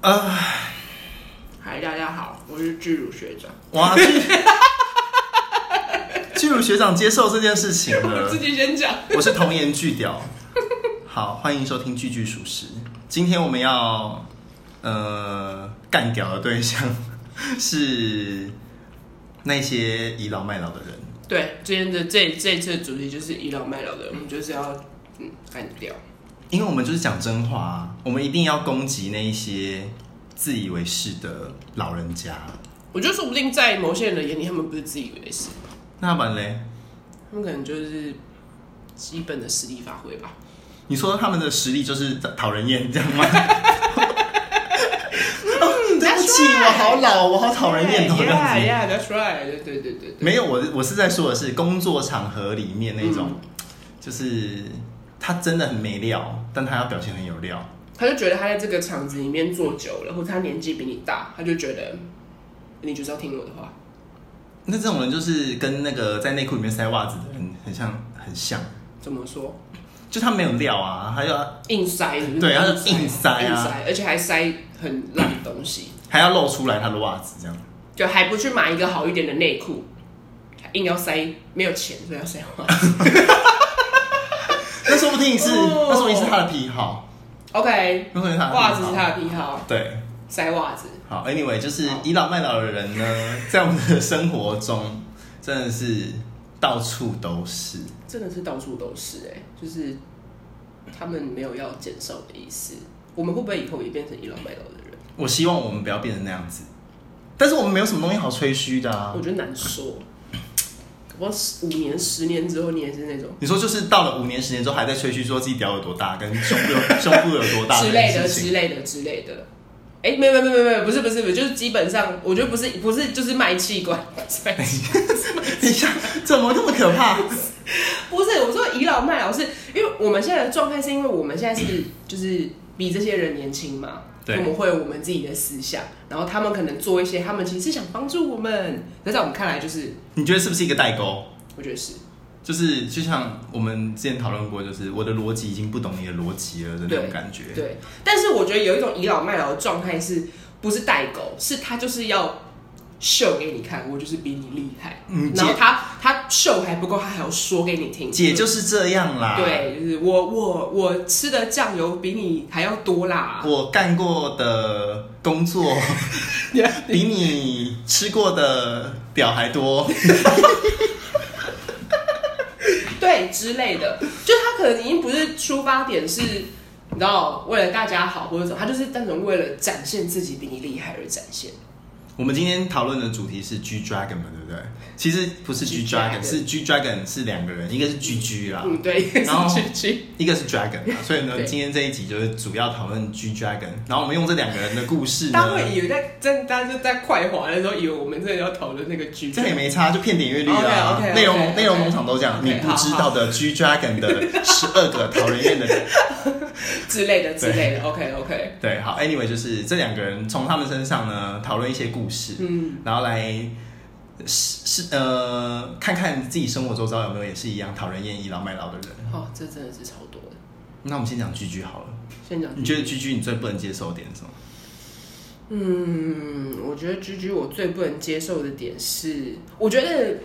呃，嗨，大家好，我是巨乳学长。哇，巨巨乳学长接受这件事情我了自，己先讲，我是童颜巨屌。好，欢迎收听《句句属实》。今天我们要呃干屌的对象是那些倚老卖老的人。对，今天的这这一次的主题就是倚老卖老的，我们就是要嗯干掉。因为我们就是讲真话啊，我们一定要攻击那一些自以为是的老人家。我觉得说不定在某些人的眼里，他们不是自以为是，那不然嘞？他们可能就是基本的实力发挥吧。你说他们的实力就是讨人厌，这样吗？嗯 对不起，我好老，我好讨人厌，讨人厌。 Yeah, yeah, that's right. 对对对对对。没有，我我是在说的是工作场合里面那种，嗯就是他真的很没料，但他要表现很有料。他就觉得他在这个厂子里面做久了，或者他年纪比你大，他就觉得你就是要听我的话。那这种人就是跟那个在内裤里面塞袜子的人很像，很像，怎么说？就他没有料啊，还要硬塞是不是对他就硬塞啊硬塞，而且还塞很烂的东西，还要露出来他的袜子这样。就还不去买一个好一点的内裤，还硬要塞，没有钱所以要塞花。 那说不定是，哦那说不定是他的癖好， OK，有可能是他的癖好袜子是他的癖好，对。塞袜子。好，anyway，就是好倚老卖老的人呢，在我们的生活中真的是到处都是。真的是到处都是哎、就是他们没有要减少的意思。我们会不会以后也变成倚老卖老的人？我希望我们不要变成那样子，但是我们没有什么东西好吹嘘的啊我。觉得难说。搞不好十五年、十年之后，你也是那种你说就是到了五年、十年之后，还在吹嘘说自己屌有多大，跟胸部有胸部有多大之类这件的、事之情类的、之类的。哎、没有没有没有没有，不是不是不是，就是基本上，我觉得不是不是就是卖器官， 等一下，怎么这么可怕？不是我说倚老卖老是，因为我们现在的状态是因为我们现在 是就是比这些人年轻嘛，对我们会有我们自己的思想，然后他们可能做一些他们其实是想帮助我们，可在我们看来就是，你觉得是不是一个代沟？我觉得是就是就像我们之前讨论过，就是我的逻辑已经不懂你的逻辑了的那种对感觉。对，但是我觉得有一种倚老卖老的状态是不是代沟，是他就是要秀给你看，我就是比你厉害，嗯然后姐他他秀还不够，他还要说给你听，姐就是这样啦。。对，就是我我我吃的酱油比你还要多啦， 我干过的 工作比你吃过的屌还多， 对之类的，就他可能已经不是出发点是，你知道为了大家好或者什么，他就是单纯为了展现自己比你厉害而展现。我们今天讨论的主题是 G Dragon 嘛，对不对？其实不是 G G Dragon， Dragon 是 G Dragon 是两个人，一个是 G G 啦，嗯，对，啊然后是去去，一个是 Dragon 啦。所以呢，对今天这一集就是主要讨论 G Dragon，然后我们用这两个人的故事大呢家，会以为在在大家就在快滑的时候，以为我们真的要讨论那个剧这情样。也没差，就骗点阅率啊。 OK，OK，OK，内容 OK，内容农场都这样， OK，你不知道的 G Dragon 的十二个讨人厌的之类的之对类的。OK OK，对，好，anyway，就是这两个人从他们身上呢讨论一些故事，嗯，然后来是是呃看看自己生活周遭有没有也是一样讨人厌、倚老卖老的人。好、哦这真的是超多的。那我们先讲居居好了，先讲，你觉得居居你最不能接受的点是什么？嗯，我觉得居居我最不能接受的点是，我觉得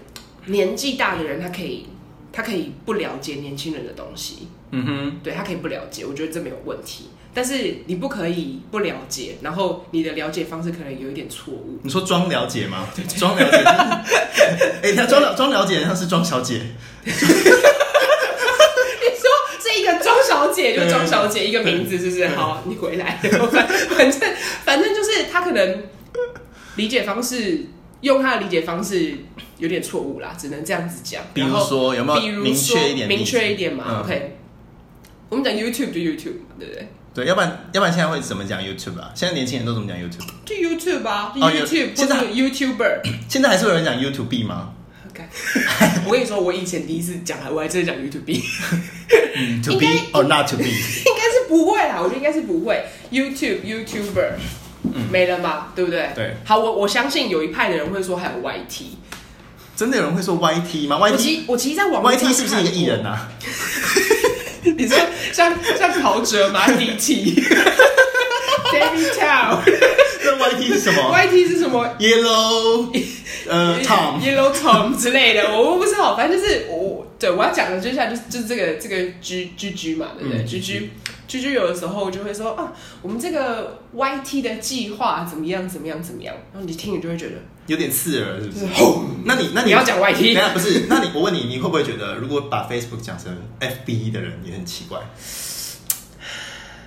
年纪大的人他可以，他可以不了解年轻人的东西，嗯哼，对他可以不了解，我觉得这没有问题。但是你不可以不了解，然后你的了解方式可能有一点错误。你说装了解 吗？装了解就是，哎，他装了装了解，像是装小姐，你说是一个庄小姐，就庄小姐一个名字，是不是？对好，你回来，反反正反正就是他可能理解方式，用他的理解方式有点错误啦，只能这样子讲。比如然后说有没比有如明说确一点的例子？明确一点嘛、嗯 o k 我们讲 YouTube 就 YouTube 嘛，对不对？对，要不然要不然现在会怎么讲 YouTube 啊？现在年轻人都怎么讲 YouTube？就 YouTube 啊、哦 y o u t u b e 现在或者 YouTuber。 现在还是有人讲 YouTube 吗 OK 我跟你说，我以前第一次讲，我还真的讲 YouTube。嗯？To be or not to be？应该是不会啦，我觉得应该是不会。YouTube、YouTuber、没了嘛，对不对？嗯对。好，我我相信有一派的人会说还有 YT，真的有人会说 YT 吗我？YT 其我其实在网络上 YT 是不是一个艺人看 啊？ 过？你说像像陶喆吗？DT、David Tao， YT 是什么 YT 是什么？Yellow，呃，Tom， Yellow Tom 之类的，我我不知道，反正就是我对我要讲的就是下就是就是这个这个 G G G 嘛，对不对嗯？G G G G 有的时候就会说啊，我们这个 YT 的计划怎么样怎么样怎么样，然后你听你就会觉得有点刺耳，是不就是是？轰，那你那你你要讲等一 YT，下不是？那你我问你，你会不会觉得，如果把 Facebook 讲成 FB 的人也很奇怪？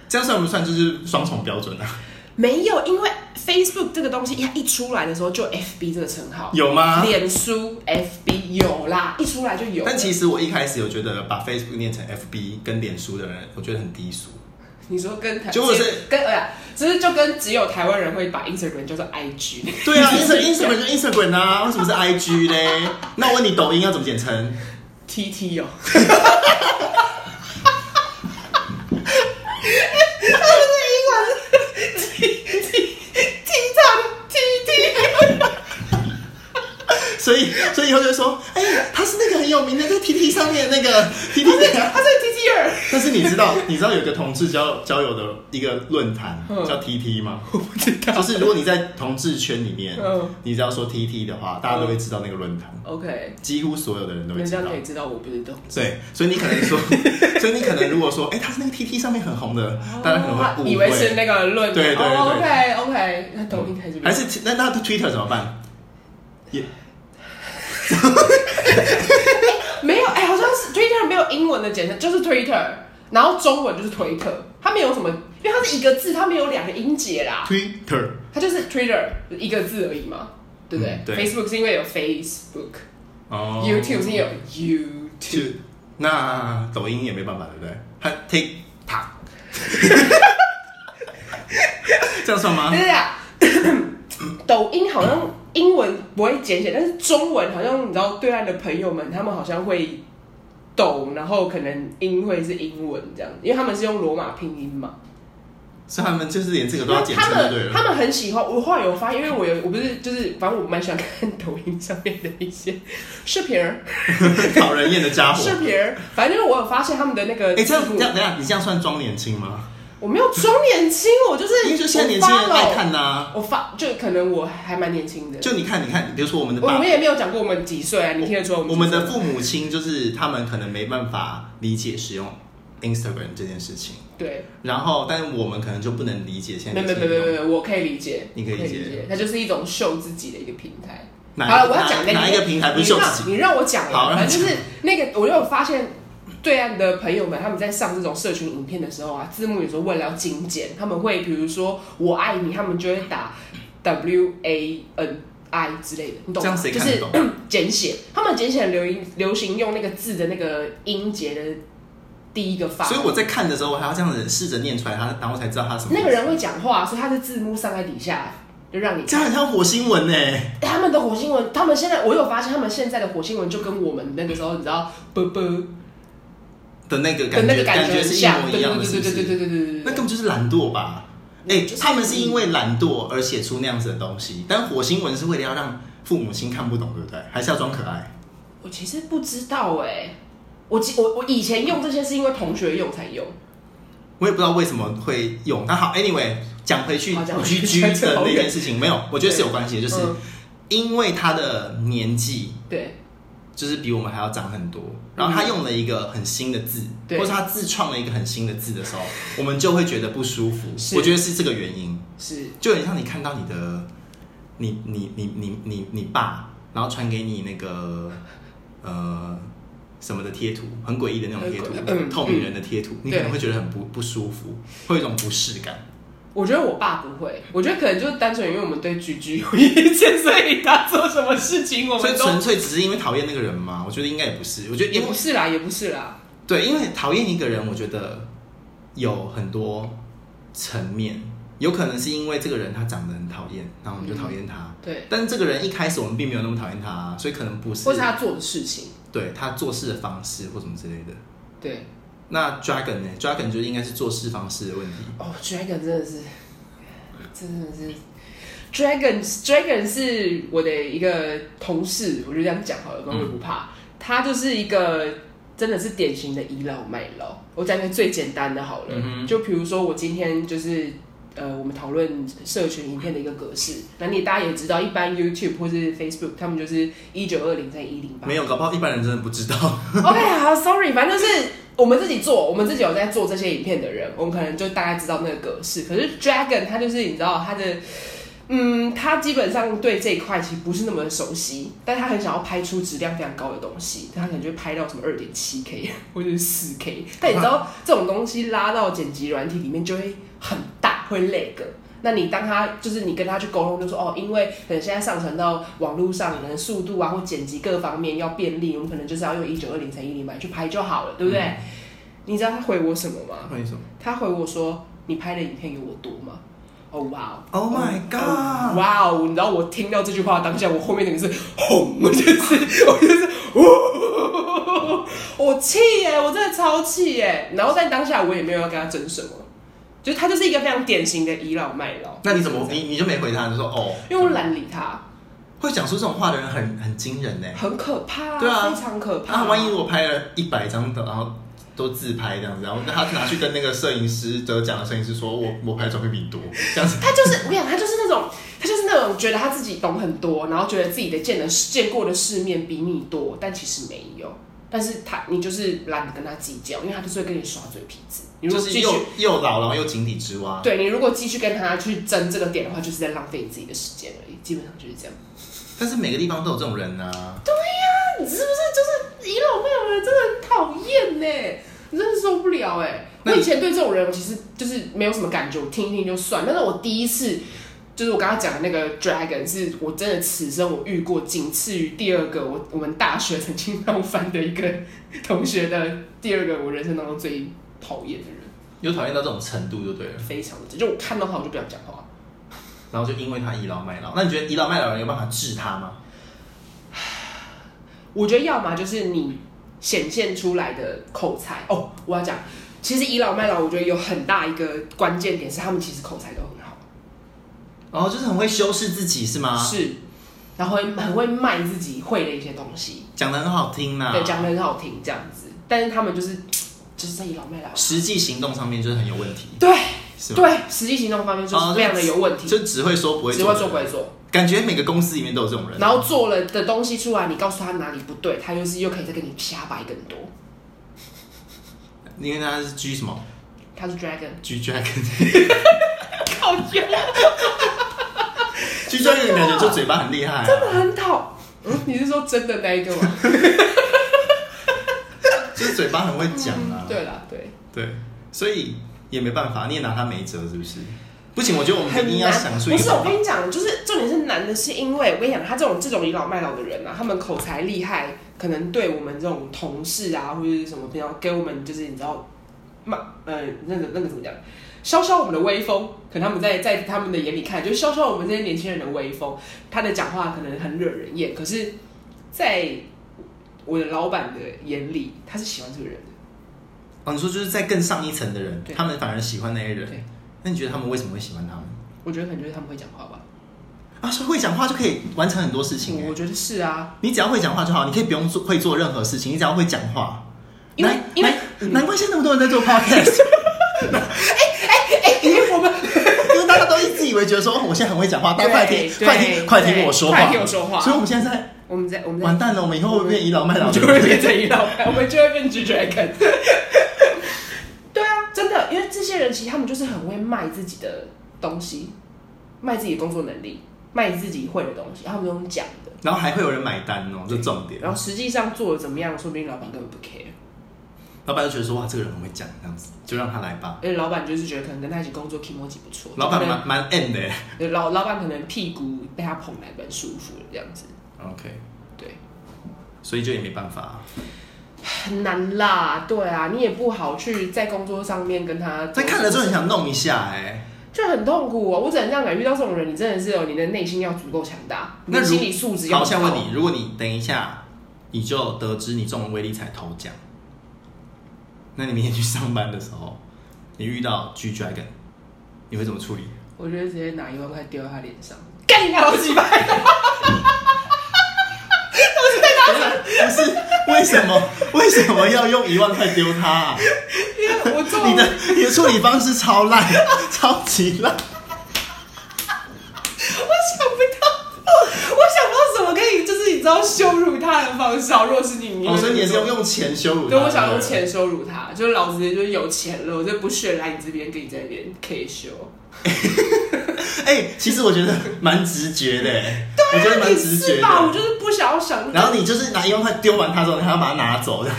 这样算不算就是双重标准啊？没有，因为 Facebook 这个东西它一出来的时候就 FB 这个称号， 有吗？脸书 FB 有啦，一出来就有了。但其实我一开始有觉得把 Facebook 念成 FB 跟脸书的人，我觉得很低俗。你说跟台，结果是跟哎呀，只是就跟只有台湾人会把 Instagram 叫做 IG，对 啊，Insta Instagram 就 Instagram 啊，为什么是 IG 嘞？那我问你，抖音要怎么简称？ T T 哦。他们是英文 T T T 唱 T T，所以，所以以后就说，哎、他是那个很有名的，在 TT 上面那个 TT。 他是 T T 二，但是你知道，你知道有一个同志交交友的一个论坛嗯叫 TT 吗？我不知道。就是如果你在同志圈里面嗯，你只要说 TT 的话，大家都会知道那个论坛， OK，几乎所有的人你都会们知这道样可。以知道我不知道。对，所以你可能 说，所以你可能如果说，哎、他是那个 TT 上面很红的，大家可能会误哦会，以为是那个论对对对 o k OK，那抖音还是还是那那 Twitter 怎么办？也没有，哎、好像是 Twitter 没有英文的简称，就是 Twitter，然后中文就是推特，它没有什么，因为它是一个字，它没有两个音节啦， Twitter 它就是 Twitter 一个字而已嘛，对不对,、嗯对 f a c e b o o k 是因为有 Facebook，YouTube、哦 YouTube 是因为有 YouTube，是那抖音也没办法，对不对？它 TikTok，这样算吗对？呀、 抖音好像英文不会简写，但是中文好像你知道对岸的朋友们，他们好像会懂，然后可能音会是英文这样，因为他们是用罗马拼音嘛。所以他们就是连这个都因要为简他称就们对了。他们很喜欢，我后来有发现，因为我有我不是就是，反正我蛮喜欢看抖音上面的一些视频儿， 讨人厌的家伙。视频儿，反正就是我有发现他们的那个哎、这样字这幕样，等一下，你这样算装年轻吗？我没有装年轻，我就是因为就现在年轻人爱看呐、我 follow，我发就可能我还蛮年轻的，就你看，你看，比如说我们的我爸们，也没有讲过我们几岁啊，你听得出来我们我们几岁的父母亲，就是他们可能没办法理解使用 Instagram 这件事情，对，然后，但我们可能就不能理解现没在没年没轻没人没，我可以理解，你可以我理解解，它就是一种秀自己的一个平台。哪好了，一个我要讲给你哪一个平台不是秀自己？你让你让我讲好完，让反你正就是那个，我就有发现。对岸的朋友们，他们在上这种社群影片的时候啊，字幕有时候为了要精简，他们会比如说“我爱你”，他们就会打 “W A N I” 之类的，你懂这吗？样谁就看得是懂？简写，他们简写很流行流行用那个字的那个音节的第一个发音，所以我在看的时候，我还要这样子试着念出来，他然后才知道他什么意思。那个人会讲话，所以他的字幕上在底下，就让你这样很像火星文呢、欸他们的火星文，他们现在我有发现，他们现在的火星文就跟我们那个时候你知道啵啵的那个的感那觉，个感觉很是一像，模一对对样的，是对对不对对是？对对对对那对根。本就是懒惰吧？哎、就是他们是因为懒惰而写出那样子的东西，但火星文是为了要让父母亲看不懂，对不对？还是要装可爱？我其实不知道哎、我其我我以前用这些是因为同学用才用，我也不知道为什么会用。那好，anyway，讲回去好讲回 G 去 G 讲这的好那远件事情，没有，我觉得是有关系，就是嗯因为他的年纪，对就是比我们还要长很多。然后他用了一个很新的字，对或是他自创了一个很新的字的时候，我们就会觉得不舒服。是我觉得是这个原因，是就很像你看到你的，你你你你你你爸，然后传给你那个呃什么的贴图，很诡异的那种贴图，嗯透明人的贴图，你可对能会觉得很不不舒服，会有一种不适感。我觉得我爸不会，我觉得可能就是单纯因为我们对居居有意见，所以他做什么事情我所以们都纯粹只是因为讨厌那个人吗？我觉得应该也不是，我觉得也因为不是啦，也不是啦，对，因为讨厌一个人，我觉得有很多层面，有可能是因为这个人他长得很讨厌，然后我们就讨厌他。对，但这个人一开始我们并没有那么讨厌他，所以可能不是嗯或是他做的事情，对他做事的方式或什么之类的。对。那 Dragon 呢？Dragon 就应该是做事方式的问题。哦，Dragon 真的是，真的是，Dragon Dragon 是我的一个同事，我就这样讲好了，反正嗯我不怕。他就是一个真的是典型的倚老卖老。我讲个最简单的好了，嗯哼就比如说我今天就是呃我们讨论社群影片的一个格式。那你大家也知道，一般 YouTube 或是 Facebook 他们就是一九二零乘一零八，没有，搞不好一般人真的不知 道。 OK，好，Sorry，反正就是我们自己做，我们自己有在做这些影片的人，我们可能就大概知道那个格式。可是 Dragon 他就是你知道他的，嗯，他基本上对这一块其实不是那么熟悉，但他很想要拍出质量非常高的东西，他可能就会拍到什么二点七 K 或者是四 K。但你知道这种东西拉到剪辑软体里面就会很大，会累个。那你当他就是你跟他去沟通，就说哦，因为可能现在上传到网络上，可能速度啊或剪辑各方面要便利，我们可能就是要用一九二零乘一零八去拍就好了，对不对？你知道他回我什么吗？欢迎什么他回我说：“你拍的影片有我多吗？”哦哇哦？Oh my god！哇哦！你知道我听到这句话当下，我后面整个是 轰，我就是我就是哦， 我气耶、我真的超气耶、然后在当下我也没有要跟他争什么，就是他就是一个非常典型的倚老卖老。那你怎么你你就没回他？你就说哦，因为我懒理他，会讲出这种话的人很很惊人呢。很可怕，对啊非常可怕。啊，万一我拍了一百张的，然后都自拍这样子，然后他拿去跟那个摄影师得奖的摄影师说，我我拍的照片比你多，这样子。他就是我跟你讲，他就是那种，他就是那种觉得他自己懂很多，然后觉得自己的见的见过的世面比你多，但其实没有。但是他你就是懒得跟他计较，因为他就是会跟你耍嘴皮子。你如就果是继续、又又老，然后又井底之蛙。对你如果继续跟他去争这个点的话，就是在浪费你自己的时间而已，基本上就是这样。但是每个地方都有这种人啊。你是不是就是倚老卖老的人，真的很讨厌呢？你真的受不了哎、那我你以前对这种人，我其实就是没有什么感觉，我听一听就算。但是我第一次，就是我刚刚讲的那个 dragon，是我真的此生我遇过仅次于第二个我我们大学曾经闹翻的一个同学的第二个我人生当中最讨厌的人，有讨厌到这种程度就对了，非常的，就我看到他我就不想讲话。然后就因为他倚老卖老。那你觉得倚老卖老的人有办法治他吗？我觉得要么就是你显现出来的口才哦，我要讲，其实倚老卖老，我觉得有很大一个关键点是他们其实口才都很好，然后就是很会修饰自己是吗？是，然后会很会卖自己会的一些东西，讲的很好听呐、对，讲的很好听这样子，但是他们就是就是在倚老卖老，实际行动上面就是很有问题，对是吧？对，实际行动方面就哦是非常的有问题，就只会说不会只做会的做人，不会做，感觉每个公司里面都有这种人。然后做了的东西出来，你告诉他哪里不对，他又是又可以再跟你瞎掰更多，因为他是 G 什么他是 dragon， G Dragon。靠腰。啊 G Dragon 感觉就嘴巴很厉害、真的啊，很讨。嗯，你是说真的那一个吗？就是嘴巴很会讲啊。嗯对啦，对，对，所以也没办法，你也拿他没辙，是不是？不行，我觉得我们一很定要想难。出不一个是，我办跟法。你讲，就是重点是难的，是因为我跟你讲，他这种这种倚老卖老的人啊，他们口才厉害，可能对我们这种同事啊，或者是什么比较给我们就是你知道，嘛，呃，那个那个怎么讲？消消我们的威风，可能他们在在他们的眼里看，就是消消我们这些年轻人的威风。他的讲话可能很惹人厌，可是，在我的老板的眼里，他是喜欢这个人的。哦，你说就是在更上一层的人对，他们反而喜欢那些人对。那你觉得他们为什么会喜欢他们？我觉得可能就是他们会讲话吧。啊，是会讲话就可以完成很多事情、我欸。觉得是啊，你只要会讲话就好，你可以不用做会做任何事情，你只要会讲话。因为难因为难难怪现在那么多人在做 podcast， 因为我们 因为大家都一直以为觉得说，哦我现在很会讲话，大家快听对快听对快听我说话，快听我说话所以我们现在在我们在我们在完蛋了，我们以后会不会变倚老卖老我们的就人，会变成一道，我们就会变 G Dragon。对啊，真的，因为这些人其实他们就是很会卖自己的东西，卖自己的工作能力，卖自己会的东西，他们都用讲的。然后还会有人买单哦，这重点。然后实际上做的怎么样，说不定老板根本不 care。老板就觉得说，哇，这个人很会讲，这样子就让他来吧。而且老板就是觉得可能跟他一起工作 k i m o j i 不错，老板蛮蛮 end 的欸。可能老老板可能屁股被他捧来蛮舒服的这样子， OK，对。所以就也没办法啊、很难啦，对啊，你也不好去在工作上面跟他，但看了之后很想弄一下哎、就很痛苦哦。我只能这样讲，遇到这种人，你真的是哦，你的内心要足够强大，你那的如心理素质要好。好，我现在问你，如果你等一下你就得知你中了威力彩头奖，那你明天去上班的时候，你遇到 G Dragon，你会怎么处理？我觉得直接拿一万块丢在他脸上，干你娘好几百！ 不是，为什么为什么要用一万块丢他、啊？因为我做 你的你的处理方式超烂，超级烂。我想不到，我想不到怎么可以，就是你知道羞辱他的方式啊。若是你， 你我哦说你也是用。用用钱羞辱他。对，我想用钱羞辱他，就是老子就是有钱了，我就不屑来你这边跟你在那边 K 羞。哎、其实我觉得蛮直觉的、欸，我觉得蛮你直觉是吧？我的。就是不想要想。然后你就是拿一万块丢完他之后，你还要把它拿走的。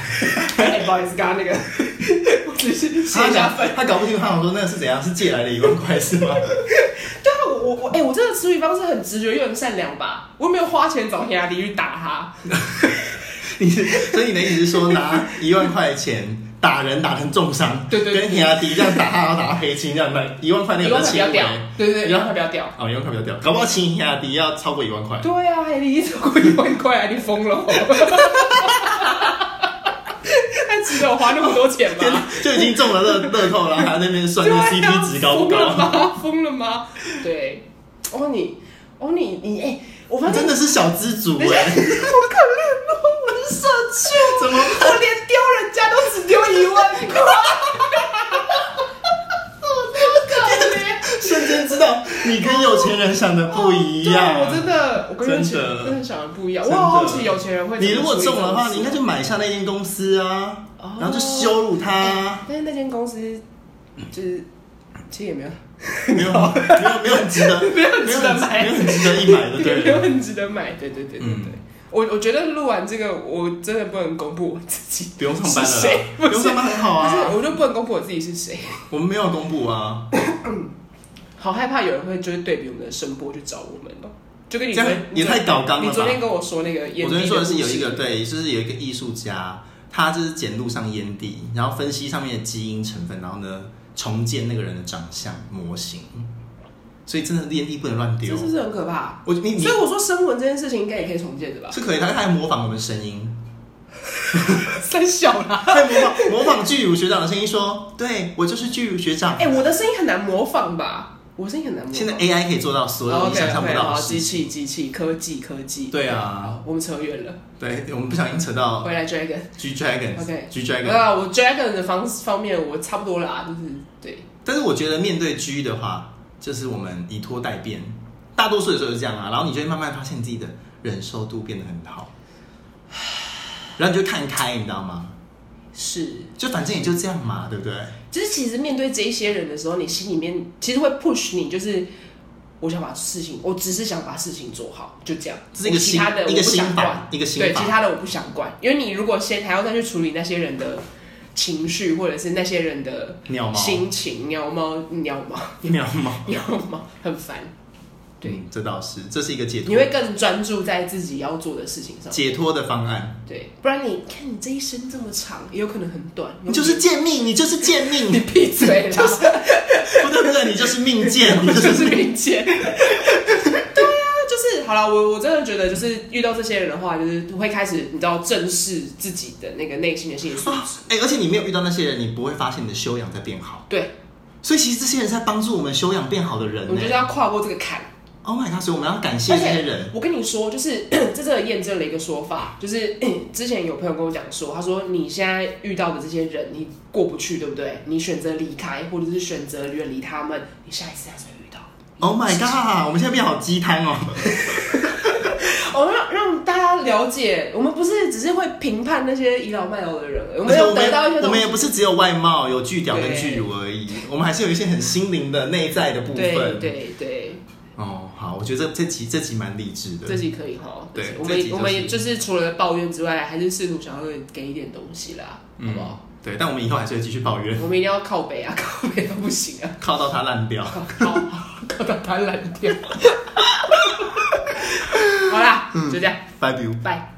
哎、不好意思，刚刚那个， 我只是泄一下 愤。他搞不清楚，他想说那个是怎样，是借来的一万块是吗？ 对啊，我我我，哎、我这个处理方式很直觉又很善良吧？我又没有花钱找黑阿迪去打他，你是，所以你的意思是说，拿一万块钱打人打成重伤，对对对跟田阿迪这样打他，然后打到黑青这样，那一万块那一个万块比轻较微屌。，对对对，你一要万块比较屌。哦，一万块比较屌，搞不好亲田阿迪要超过一万块。对啊，哎，你一超过一万块啊，你疯了哦！他值得我花那么多钱吗？就已经中 了乐乐透了，然后 还在那边算对这个啊 CP 值高不疯了高？吗？疯了吗？对，哦你，哦你你哎、我发你现真的是小知 足哎、等一下好可怜哦，我是社畜，怎么我连丢人家都只丢一万块，我多可怜。瞬间知道你跟有钱人想的不一哦对样？啊我真的，我跟有钱真的人真的想的不一样。我真的好好奇有钱人会怎么你如果处理这中种了的话，事你应该就买下那间公司啊，哦然后就羞辱他啊。但是那间公司就是其实也没有，没有，没有，没有很值得， 没有很值得买没有很值得一买的，也 对没有很值得买。对对对对对，嗯我我觉得录完这个，我真的不能公布我自己。不用上班了是谁啦，不用上班很好不是，啊。我就不能公布我自己是谁，我们没有公布啊，好害怕有人会就是对比我们的声波去找我们哦。就跟你这样昨天也太搞纲了吧你昨天跟我说那个烟蒂我昨天说的是有一个故事，对，就是有一个艺术家，他就是捡路上烟蒂，然后分析上面的基因成分，然后呢重建那个人的长相模型。所以真的烟蒂不能乱丢这是。不是很可怕？我你你所以我说声纹这件事情应该也可以重建的吧？ 是可以，他他还模仿我们声音，三小啦，他还模仿 模仿巨乳学长的声音说：“对我就是巨乳学长。哎、我的声音很难模仿吧？我声音很难模”仿。哦现在 AI 可以做到所有 o 你 k 想象不到的机事情。器机器科技科技。对啊，好，我们扯远了，对，我们不小心扯到回来 Dragon。 G Dragon， OK G Dragon。啊，我 Dragon 的方方面我差不多啦，就是对，但是我觉得面对 G 的话，就是我们以拖代变，大多数的时候是这样啊。然后你就会慢慢发现自己的忍受度变得很好，然后你就看开，你知道吗？是就反正也就这样嘛，对不对？就是其实面对这一些人的时候，你心里面其实会 push 你，就是我想把事情，我只是想把事情做好，就这样。这是一个我其心他的我一个不心想法管，，一个心对，法其。他的我不想管，因为你如果先还要再去处理那些人的情绪，或者是那些人的鸟毛，心情，鸟猫鸟毛 鸟毛，鸟毛很烦。对嗯，这倒是，这是一个解脱你，会更专注在自己要做的事情上，解脱的方案。对，不然你看你这一生这么长，也有可能很短，你就是贱命，你就是贱命， 你闭嘴啦，不对不对，你就是命贱，你我 就就是是民 间。对啊，就是好了，我我真的觉得，就是遇到这些人的话，就是会开始你知道正视自己的那个内心的心理素质。哎、而且你没有遇到那些人，你不会发现你的修养在变好。对，所以其实这些人是在帮助我们修养变好的人我们呢就是。要跨过这个坎。 Oh my god！所以我们要感谢而这些且人。我跟你说，就是 这真的验证了一个说法，就是 之前有朋友跟我讲说，他说你现在遇到的这些人，你过不去，对不对？你选择离开，或者是选择远离他们，你下一次还是会遇到。 Oh my god！我们现在变好鸡汤哦。哦，让让大家了解，我们不是只是会评判那些倚老卖老的人，我而们且我要们得到一些也我东们西。也不是只有外貌有巨屌跟对巨乳而已，我们还是有一些很心灵的内在的部对分。对对，哦，好，我觉得这这集这集蛮励志的这。集可以哈。对我这集们就是我们也就是除了抱怨之外，还是试图想要给一点东西啦，好不好？嗯对，但我们以后还是会继续抱怨，我们一定要靠北啊， 靠北都不行啊，靠到它烂掉。靠靠靠到 他烂掉。好啦，就这样，嗯拜拜。拜。